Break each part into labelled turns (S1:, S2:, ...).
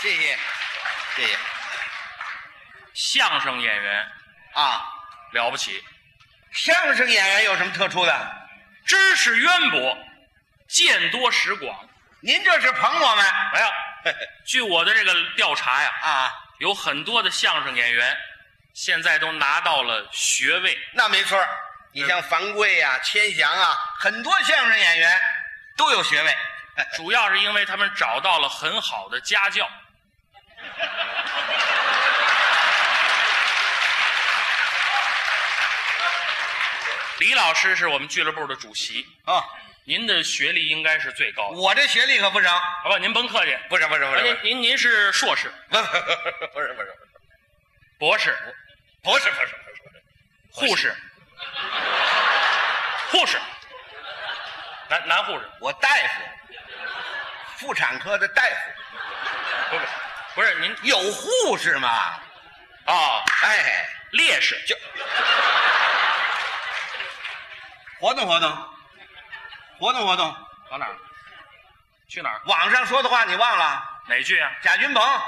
S1: 谢谢，谢谢
S2: 相声演员
S1: 啊！
S2: 了不起，
S1: 相声演员有什么特殊的？
S2: 知识渊博，见多识广。
S1: 您这是捧我们
S2: 哎呀，据我的这个调查呀，
S1: 啊？
S2: 有很多的相声演员现在都拿到了学位，
S1: 那没错儿你像樊贵呀、千祥啊，很多相声演员都有学位。
S2: 主要是因为他们找到了很好的家教。 李老师是我们俱乐部的主席，
S1: 啊，
S2: 您的学历应该是最高的，
S1: 我这学历可不成，
S2: 好吧？您甭客气，
S1: 不是不是不是不
S2: 您
S1: 是
S2: 您您是硕士、
S1: 不是不是不是
S2: 博士、
S1: 不是不是不是不是，
S2: 护士、护士，男男护士，
S1: 我大夫，妇产科的大夫，
S2: 不是不是您
S1: 有护士吗？
S2: 啊，
S1: 哎，
S2: 烈士
S1: 就活动活动，活动活动。
S2: 往哪儿？去哪儿？
S1: 网上说的话你忘了？
S2: 哪句啊？
S1: 贾云鹏，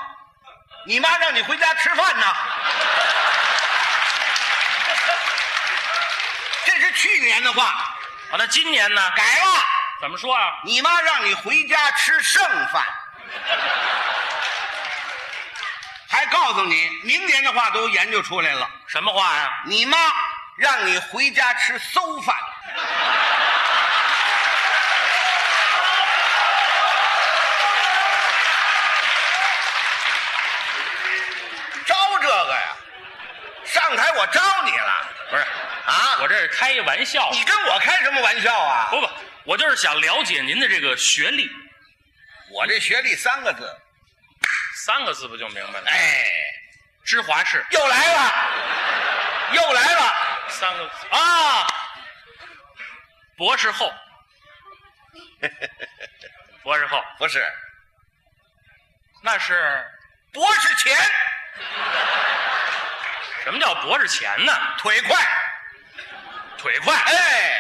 S1: 你妈让你回家吃饭呢。 这是去年的话，
S2: 啊，那今年呢？
S1: 改了。
S2: 怎么说啊？
S1: 你妈让你回家吃剩饭，还告诉你，明年的话都研究出来了。
S2: 什么话呀、
S1: 你妈让你回家吃馊饭，招这个呀？上台我招你了
S2: 不是，
S1: 啊？
S2: 我这是开一玩笑。
S1: 你跟我开什么玩笑啊？
S2: 不不，我就是想了解您的这个学历，
S1: 我这学历三个字，
S2: 三个字不就明白了？
S1: 哎，
S2: 芝华士
S1: 又来了，又来了，
S2: 三个字啊，博士后，博士后，
S1: 不是
S2: 那是
S1: 博士前
S2: 什么叫博士前呢？
S1: 腿快。
S2: 腿快，
S1: 哎，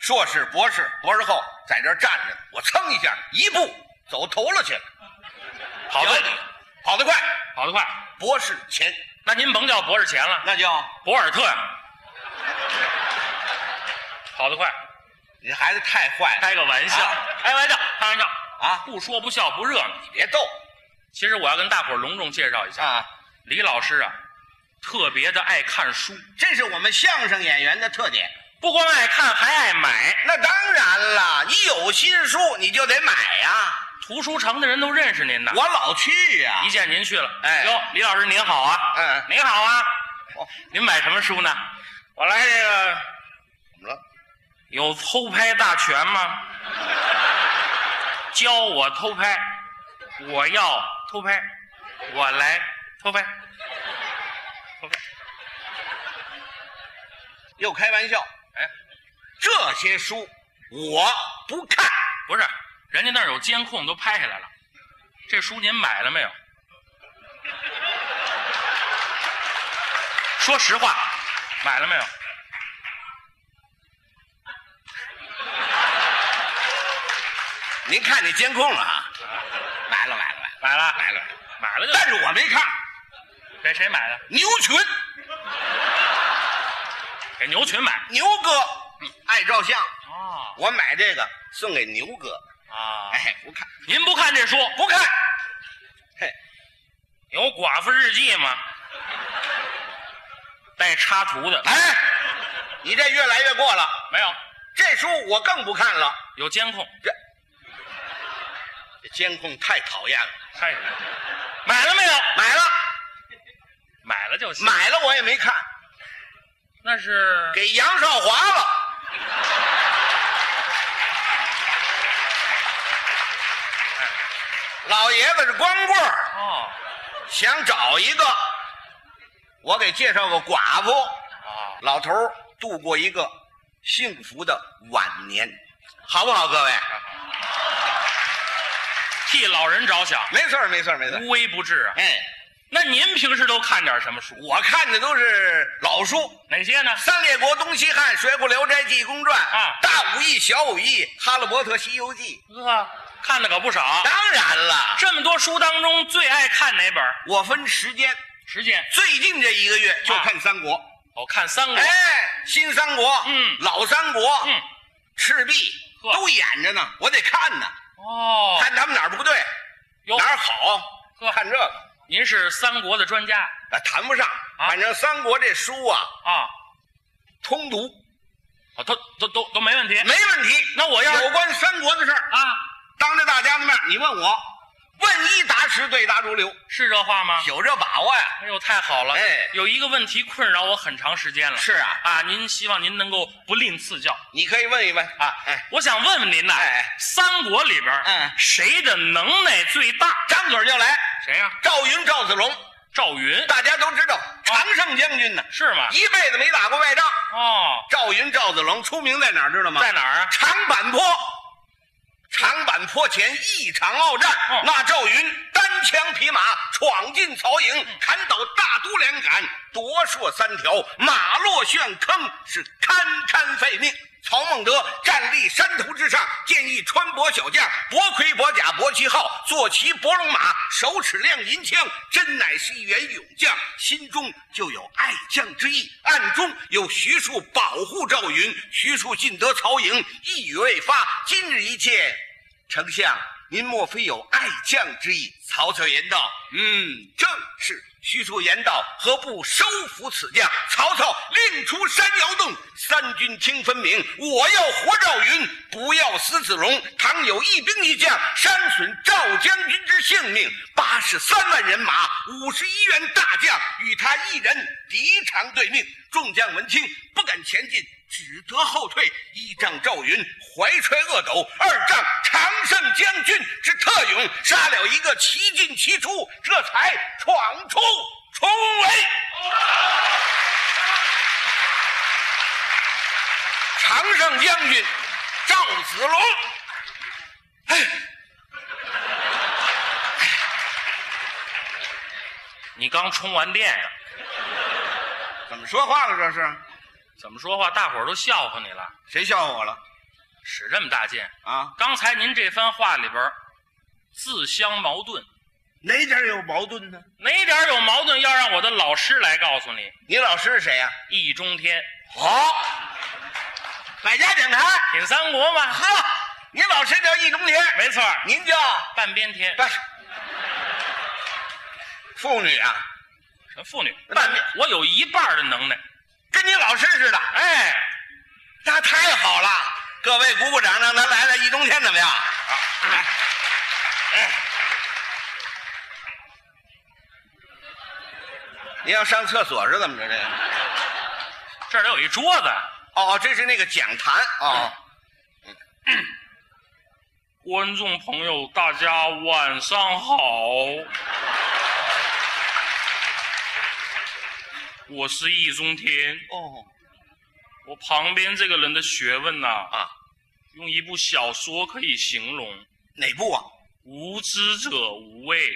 S1: 硕士、博士、博士后在这儿站着，我蹭一下，一步走头了去了，
S2: 跑得
S1: 有理跑得快。
S2: 跑得快。
S1: 博士前，
S2: 那您甭叫博士前了，
S1: 那叫
S2: 博尔特，跑得快。
S1: 你这孩子太坏了，
S2: 开个玩笑，
S1: 啊
S2: 开玩笑，开玩笑
S1: 啊
S2: 不说不笑不热闹。
S1: 别逗
S2: 其实我要跟大伙儿隆重介绍一下，
S1: 啊！
S2: 李老师啊，特别的爱看书，
S1: 这是我们相声演员的特点。
S2: 不光爱看，还爱买。
S1: 那当然了，你有新书你就得买呀、
S2: 图书城的人都认识您呢，
S1: 我老去呀、
S2: 一见您去了，
S1: 哎
S2: 哟，李老师您好 啊，
S1: 嗯
S2: 您好啊
S1: 哦，
S2: 您买什么书呢？我来这个
S1: 怎么了？
S2: 有偷拍大全 吗？教我偷拍，我要偷拍，我来偷拍，偷拍。
S1: 又开玩笑。
S2: 哎，
S1: 这些书我不看，
S2: 不是，人家那儿有监控，都拍下来了。这书您买了没 有？说实话，买了没有？
S1: 您看见监控了啊？ 买了，买了，买了。
S2: 买了，
S1: 买了，
S2: 买了就
S1: 但是我没看
S2: 给谁买的？
S1: 牛群，
S2: 给牛群买。
S1: 牛哥爱照相，
S2: 哦
S1: 我买这个送给牛哥。
S2: 啊，
S1: 哎，不看
S2: 您不看这书？
S1: 不看，嘿，
S2: 有寡妇日记吗？带插图的
S1: 哎，你这越来越过了。
S2: 没有？
S1: 这书我更不看了，
S2: 有监控，
S1: 这监控太讨厌了。
S2: 拍下来。买了没有？
S1: 买了，
S2: 买了就行。
S1: 买了我也没看，
S2: 那是
S1: 给杨少华了。老爷子是光棍儿，
S2: 哦
S1: 想找一个，我给介绍个寡妇。
S2: 哦，
S1: 老头儿度过一个幸福的晚年，好不好？各位，
S2: 替老人着想，
S1: 没错儿，没错儿，没错儿。
S2: 无微不至啊。
S1: 哎，
S2: 那您平时都看点什么书？
S1: 我看的都是老书，《
S2: 哪些呢？
S1: 三列国东西汉》《水浒聊斋》《济公传》
S2: 啊
S1: 大武艺》《小武艺》《哈利波特》《西游记》
S2: 啊，看的可不少。
S1: 当然了，
S2: 这么多书当中，最爱看哪本？
S1: 我分时间，
S2: 时间，
S1: 最近这一个月就看三国。
S2: 我看三国。
S1: 哎，新三国，
S2: 啊嗯
S1: 老三国，
S2: 嗯，
S1: 赤壁
S2: 呵
S1: 都演着呢，我得看呢，
S2: 哦，
S1: 看他们哪儿不对，
S2: 哟
S1: 哪，儿好，
S2: 呵，
S1: 看这个。
S2: 您是三国的专家
S1: 啊，谈不上，
S2: 啊
S1: 反正三国这书啊，
S2: 啊？
S1: 通读
S2: 啊，都都都都没问题。
S1: 哎没问题。
S2: 那我要是
S1: 有关三国的事儿，
S2: 啊，
S1: 当着大家的面儿，你问我，问一答十，对答如流，
S2: 是这话吗？
S1: 有这把握呀？
S2: 哎呦，太好了！
S1: 哎
S2: 有一个问题困扰我很长时间了。
S1: 是啊，
S2: 啊，您希望您能够不吝赐教。
S1: 你可以问一问啊。哎，
S2: 我想问问您呐、
S1: 哎
S2: 三国里边，
S1: 嗯
S2: 谁的能耐最大？
S1: 张嘴就来，啊
S2: 谁呀、
S1: 赵云、赵子龙，
S2: 赵云
S1: 大家都知道，常胜将军呢，
S2: 是吗？
S1: 一辈子没打过外仗。
S2: 哦，
S1: 赵云、赵子龙出名在哪儿？知道吗？
S2: 在哪儿啊？
S1: 长坂坡。长坂坡前一场鏖战，
S2: 嗯
S1: 那赵云单枪匹马闯进曹营，砍倒大都两杆，夺槊三条，马落陷坑，是堪堪废命。曹孟德站立山头之上，建议穿薄小将，薄盔薄甲薄旗号，坐骑薄龙马，手持亮银枪，真乃是一员勇将，心中就有爱将之意，暗中有徐庶保护赵云。徐庶进得曹营，一语未发，今日一见，丞相，您莫非有爱将之意？曹操言道：“嗯，正是。”徐庶言道：“何不收服此将？”曹操令出山摇动，三军听分明。我要活赵云，不要死子龙。倘有一兵一将伤损赵将军之性命，八十三万人马，五十一员大将，与他一人敌长对命。众将闻听，不敢前进，只得后退。一仗赵云怀揣恶斗，二仗常胜将军之特勇，杀了一个齐进齐出，这才闯出重围。常胜将军赵子龙，
S2: 你刚充完电呀、
S1: 怎么说话了？这是
S2: 怎么说话？大伙儿都笑话你了，
S1: 谁笑话我了
S2: 使这么大劲。
S1: 啊？
S2: 刚才您这番话里边，自相矛盾，
S1: 哪点有矛盾呢？
S2: 哪点儿有矛盾？要让我的老师来告诉你。
S1: 你老师是谁呀、
S2: 易中天，
S1: 好，百家讲坛。
S2: 品三国嘛，
S1: 呵，你老师叫易中天，
S2: 没错儿，
S1: 您叫
S2: 半边天，
S1: 不是妇女啊，
S2: 什么妇女，
S1: 半边
S2: 我有一半儿的能耐。
S1: 跟你老师似的。
S2: 哎，
S1: 那太好了，各位鼓鼓掌，让他来了易中天怎么样？啊哎您要上厕所是怎么着？这个
S2: 这儿有一桌子，
S1: 哦，这是那个讲坛哦，
S2: 观众朋友，大家晚上好。我是易中天，
S1: 哦
S2: 我旁边这个人的学问呐、
S1: 啊，
S2: 用一部小说可以形容：
S1: 哪部啊？
S2: 无知者无畏。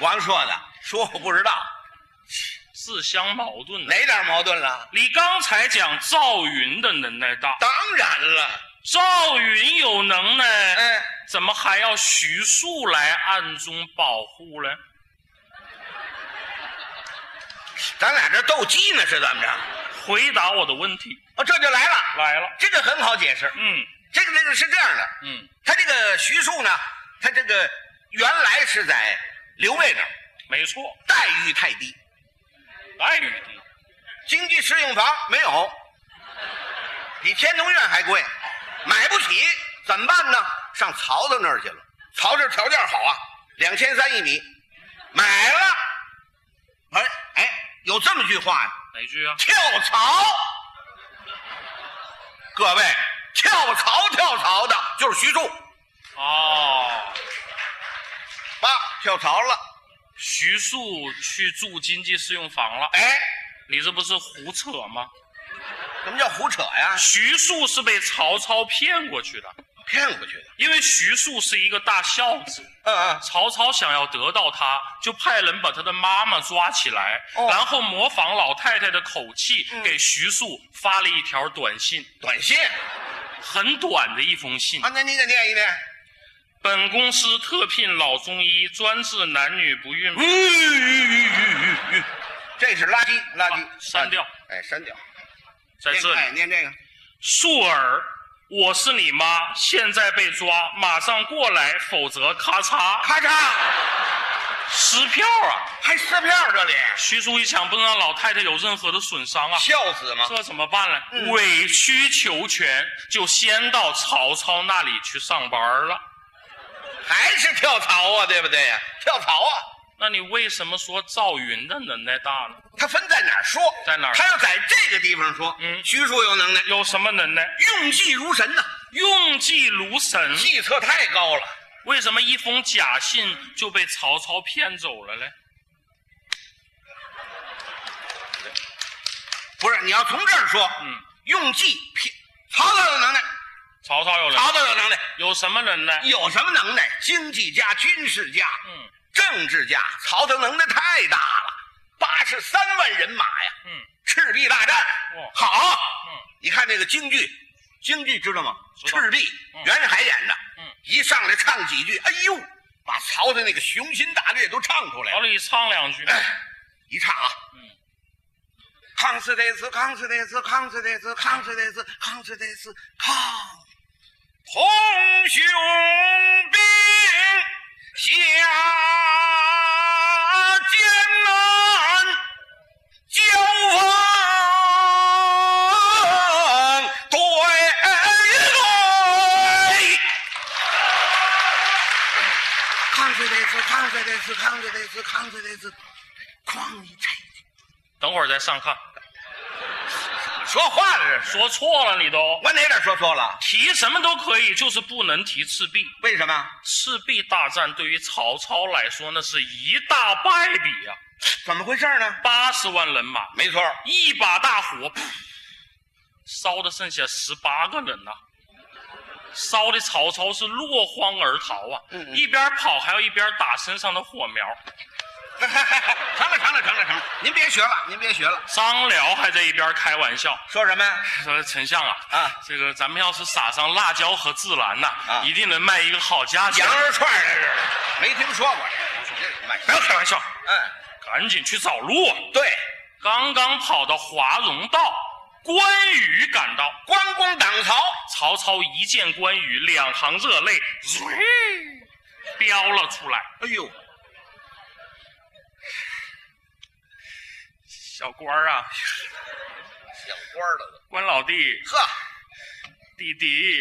S1: 王朔的，说我不知道
S2: 自相矛盾的。
S1: 哪点矛盾了？
S2: 你刚才讲赵云的能耐大，
S1: 当然了，
S2: 赵云有能耐，
S1: 哎，
S2: 怎么还要徐庶来暗中保护呢？
S1: 咱俩这斗鸡呢是怎么着？
S2: 回答我的问题
S1: 哦，这就来了，
S2: 来了。
S1: 这个很好解释。
S2: 嗯
S1: 这个这个是这样的，
S2: 嗯，
S1: 他这个徐庶呢，他这个原来是在刘备那儿，
S2: 没错，
S1: 待遇太低，
S2: 待遇低。
S1: 经济适应房没有，比天通苑还贵，买不起，怎么办呢？上曹操那儿去了。曹这条件好啊，两千三一米，买了。哎哎，有这么句话呀、
S2: 哪句啊？
S1: 跳槽。各位，跳槽跳槽的就是徐庶，
S2: 哦，
S1: 爸跳槽了，
S2: 徐庶去住经济适用房了。
S1: 哎，
S2: 你这不是胡扯吗？
S1: 什么叫胡扯呀？
S2: 徐庶是被曹操骗过去的，
S1: 骗过去的。
S2: 因为徐庶是一个大孝子。
S1: 嗯嗯，
S2: 曹操想要得到他，就派人把他的妈妈抓起来，
S1: 哦
S2: 然后模仿老太太的口气，给徐庶发了一条短信。
S1: 短信，啊
S2: 很短的一封信
S1: 啊，。那你给念一念。
S2: 本公司特聘老中医，专治男女不孕。
S1: 嗯
S2: 嗯
S1: 这是垃圾，垃圾，
S2: 啊删掉
S1: 垃圾，哎，删掉。
S2: 在这
S1: 哎，
S2: 里，
S1: 念这个。
S2: 素儿，我是你妈，现在被抓，马上过来，否则咔嚓
S1: 咔嚓，
S2: 撕票啊！
S1: 还撕票这里，
S2: 徐书一想，不能让老太太有任何的损伤啊，
S1: 孝子嘛。
S2: 这怎么办呢？
S1: 嗯
S2: 委曲求全，就先到曹操那里去上班了。
S1: 还是跳槽啊，对不对呀？跳槽啊，
S2: 那你为什么说赵云的能耐大呢？
S1: 他分在哪儿说，
S2: 在哪儿
S1: 他要在这个地方说，
S2: 嗯
S1: 徐庶有能耐，
S2: 有什么能耐？
S1: 用计如神呐、
S2: 用计如神。
S1: 计策太高了。
S2: 为什么一封假信就被曹操骗走了呢？
S1: 不是，你要从这儿说，
S2: 嗯，
S1: 用计骗曹操有能耐，
S2: 曹操有人，
S1: 曹操有能耐，
S2: 有什么人呢？
S1: 有什么能耐？经济家、军事家、
S2: 嗯
S1: 政治家，曹操能耐太大了，八十三万人马呀，
S2: 嗯，
S1: 赤壁大战，
S2: 哦
S1: 好，
S2: 嗯，
S1: 你看这个京剧，京剧知道吗？
S2: 知道
S1: 赤壁，
S2: 嗯
S1: 袁世海演的，
S2: 嗯，
S1: 一上来唱几句，哎呦，把曹操那个雄心大略都唱出来
S2: 老
S1: 了，
S2: 李唱两句。
S1: 哎一唱啊，
S2: 嗯，
S1: 康斯戴斯，康斯戴斯，康斯戴斯，康斯戴斯，康斯戴斯，康。同兄兵下艰难，交锋对垒。康斯戴斯，康斯戴斯，康斯戴斯，康斯戴斯，哐一拆。
S2: 等会儿再上炕。
S1: 说话了这是？
S2: 说错了你都，
S1: 我哪点说错了？
S2: 提什么都可以，就是不能提赤壁。
S1: 为什么？
S2: 赤壁大战对于曹操来说，那是一大败笔啊！
S1: 怎么回事呢？
S2: 八十万人马，
S1: 没错，
S2: 一把大火，噗烧的剩下十八个人呐、烧的曹操是落荒而逃啊！
S1: 嗯嗯
S2: 一边跑还要一边打身上的火苗，
S1: 成了，成了，成了，成了！您别学了，您别学了。
S2: 张辽还在一边开玩笑
S1: 说什么呀？
S2: 说：“丞相啊，
S1: 啊，
S2: 这个咱们要是撒上辣椒和孜然呐、
S1: 啊
S2: 一定能卖一个好价钱。”
S1: 羊肉串儿这是？没听说过这个，这买
S2: 不要开玩笑，
S1: 嗯，
S2: 赶紧去找路啊。
S1: 对，
S2: 刚刚跑到华容道，关羽赶到，
S1: 关公挡曹，
S2: 曹操一见关羽，两行热泪飙了出来。
S1: 哎呦，
S2: 小官儿啊，
S1: 小官儿了
S2: 关老弟，
S1: 都。呵，
S2: 弟弟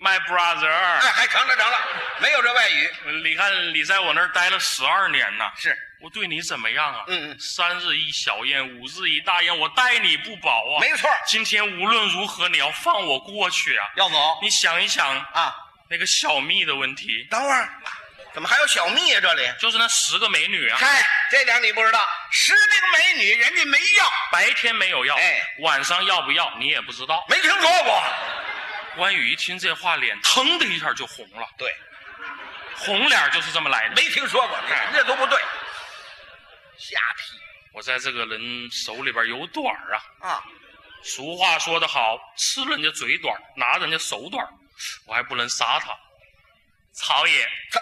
S2: ，my brother，
S1: 哎，还成了，成了，没有这外语。
S2: 你看你在我那儿待了十二年呐，
S1: 是，
S2: 我对你怎么样啊？
S1: 嗯嗯
S2: 三日一小宴，五日一大宴，我待你不薄啊。
S1: 没错儿，
S2: 今天无论如何你要放我过去啊！
S1: 要走
S2: 你想一想，
S1: 啊？
S2: 那个小蜜的问题，
S1: 等会儿，怎么还有小蜜啊？这里，
S2: 就是那十个美女啊，
S1: 嗨，这点你不知道，十名美女人家没要，
S2: 白天没有要，
S1: 哎
S2: 晚上要不要你也不知道。
S1: 没听说过。
S2: 关羽一听这话，脸腾的一下就红了，
S1: 对，
S2: 红脸就是这么来的。
S1: 没听说过，
S2: 哎
S1: 这这都不对，瞎批
S2: 我在这个人手里边有短儿啊，
S1: 啊！
S2: 俗话说得好，吃人家嘴短，拿人家手短，我还不能杀他。曹爷
S1: 他，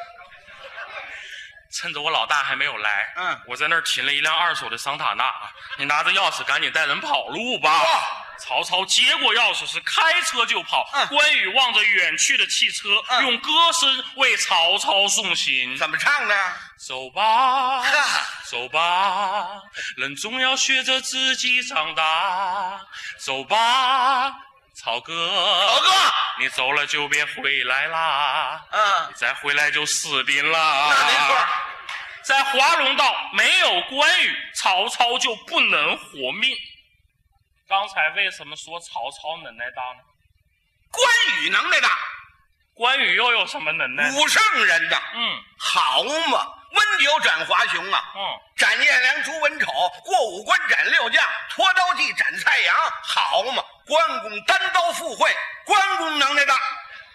S2: 趁着我老大还没有来，
S1: 嗯
S2: 我在那儿停了一辆二手的桑塔纳啊，你拿着钥匙赶紧带人跑路吧。
S1: 哇
S2: 曹操接过钥匙是开车就跑，
S1: 嗯
S2: 关羽望着远去的汽车，
S1: 嗯
S2: 用歌声为曹操送行。
S1: 怎么唱的呀？
S2: 走吧
S1: 哈，
S2: 走吧，人总要学着自己长大。走吧，曹
S1: 老
S2: 哥，
S1: 哥，
S2: 你走了就别回来啦，
S1: 嗯
S2: 你，再回来就死定
S1: 那没错
S2: 啦。
S1: 儿，
S2: 在华容道没有关羽，曹操就不能活命。刚才为什么说曹操能耐大呢？
S1: 关羽能耐大，
S2: 关羽又有什么能耐呢？
S1: 武圣人呐，
S2: 嗯
S1: 好嘛，温酒斩华雄啊，
S2: 嗯，
S1: 斩颜良、诛文丑，过五关斩六将，拖刀计斩蔡阳，好嘛，关公单刀赴会，关公能耐大，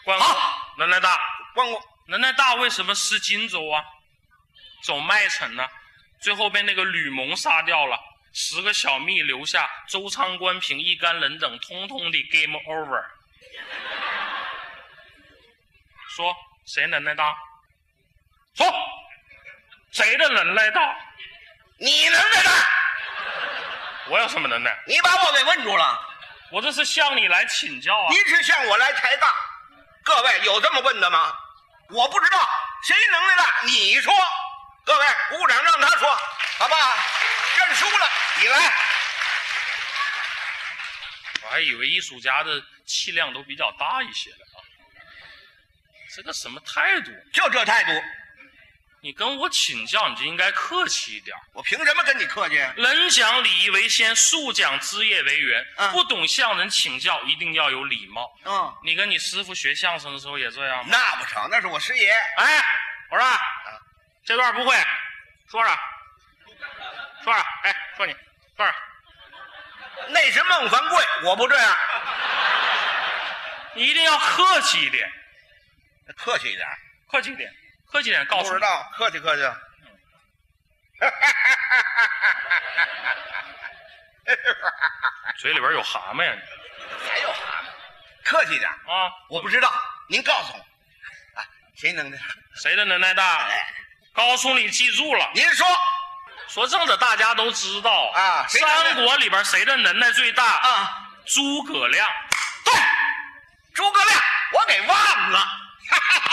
S2: 关公
S1: 好
S2: 能耐大。
S1: 关公
S2: 能耐大为什么失荆州啊？走麦城呢、最后被那个吕蒙杀掉了，十个小蜜留下，周仓、关平一干人等，通通的 game over。说谁能耐大？说谁的能耐大？
S1: 你能耐大？
S2: 我有什么能耐？
S1: 你把我给问住了，
S2: 我这是向你来请教啊！
S1: 你只向我来抬杠。各位有这么问的吗？我不知道，谁能耐大？你说。各位鼓掌，让他说，好不好？认输了，你来。
S2: 我还以为艺术家的气量都比较大一些的啊。这个什么态度？啊
S1: 就这态度，
S2: 你跟我请教，你就应该客气一点。
S1: 我凭什么跟你客气？啊
S2: 人讲礼仪为先，树讲枝叶为源。
S1: 嗯
S2: 不懂向人请教，一定要有礼貌。
S1: 嗯，
S2: 你跟你师傅学相声的时候也这样吗？
S1: 那不成，那是我师爷。
S2: 哎，我说，
S1: 嗯
S2: 这段不会，说说，说说，哎，说你，说说，
S1: 那是孟凡贵，我不这样，
S2: 你一定要客气一点，
S1: 客气一点。
S2: 客气一点，客气一点，告
S1: 不
S2: 诉
S1: 知
S2: 你，
S1: 道，客气客气。
S2: 嘴里边有蛤蟆呀你
S1: 还有蛤蟆，客气点。
S2: 啊！
S1: 我不知道，您告诉我，啊，谁能的？
S2: 谁的能耐 大？告诉你，记住了，
S1: 您说，
S2: 说正的大家都知道
S1: 啊谁能耐
S2: 三国里边谁的能耐最大？
S1: 啊，
S2: 诸葛亮。
S1: 对，诸葛亮，我给忘了。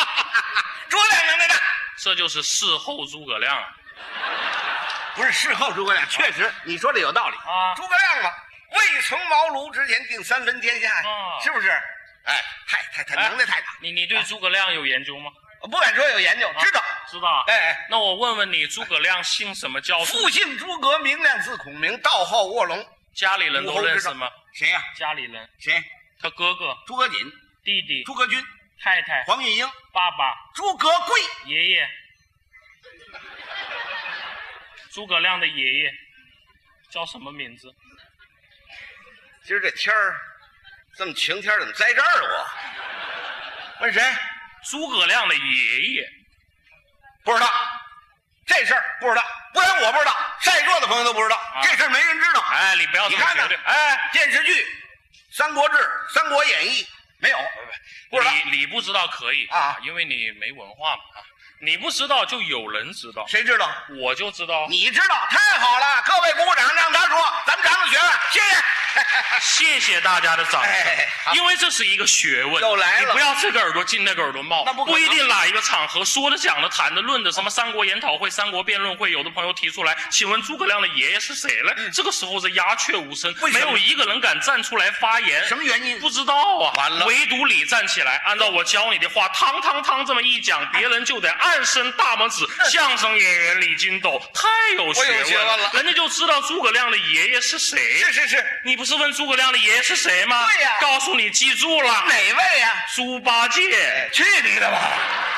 S1: 诸葛亮能耐大，
S2: 这就是事后诸葛亮啊。
S1: 不是事后诸葛亮，确实你说的有道理
S2: 啊
S1: 诸葛亮嘛，未曾茅庐之前定三分天下呀，
S2: 啊
S1: 是不是？哎，太太太
S2: 哎
S1: 能耐太大，
S2: 你你对诸葛亮有研究吗？
S1: 我不敢说有研究，知道。
S2: 知道啊。
S1: 哎哎，
S2: 那我问问你，诸葛亮姓什么叫什么？
S1: 父姓诸葛，名亮，字孔明，道号卧龙。
S2: 家里人都认识吗？
S1: 谁呀、
S2: 家里人，
S1: 谁？
S2: 他哥哥、
S1: 诸葛瑾、
S2: 弟弟、
S1: 诸葛均、
S2: 太太、
S1: 黄玉英、
S2: 爸爸、
S1: 诸葛贵。
S2: 爷爷。诸葛亮的爷爷叫什么名字？
S1: 今儿这天儿这么晴天儿，怎么在这儿啊？我问谁？
S2: 诸葛亮的爷爷，
S1: 不知道，这事儿不知道，不然我不知道，在座的朋友都不知道，这事儿没人知道。
S2: 哎，你不要
S1: 你
S2: 啊这么
S1: 看
S2: 绝
S1: 看
S2: 对，，
S1: 哎，电视剧《三国志》《三国演义》没有，不知道
S2: 你你不知道可以
S1: 啊
S2: 因为你没文化嘛啊，你不知道就有人知道，
S1: 谁知道？
S2: 我就知道。
S1: 你知道，太好了！各位鼓掌，让他说，咱们长长学问，谢谢。
S2: 谢谢大家的掌声，
S1: 哎好
S2: 因为这是一个学问。
S1: 又来了
S2: 你不要这个耳朵进那个耳朵冒，
S1: 那不可能
S2: 一定哪一个场合说的、讲的、谈的、论的，什么三国研讨会、三国辩论会，有的朋友提出来，请问诸葛亮的爷爷是谁呢？这个时候是鸦雀无声，
S1: 嗯为什
S2: 没
S1: 么
S2: 有一个人敢站出来发言。
S1: 什么原因？
S2: 不知道啊，
S1: 完了
S2: 唯独你站起来，按照我教你的话，汤汤汤这么一讲，
S1: 哎
S2: 别人就得暗伸大拇 指。相声演员李金斗太有学
S1: 我有学问了
S2: 人家就知道诸葛亮的爷爷是谁。
S1: 是是是，
S2: 你不是问诸葛亮的爷爷是谁吗？
S1: 对呀
S2: 告诉你，记住了，
S1: 哪位呀、哎
S2: 猪八戒。
S1: 去你的吧！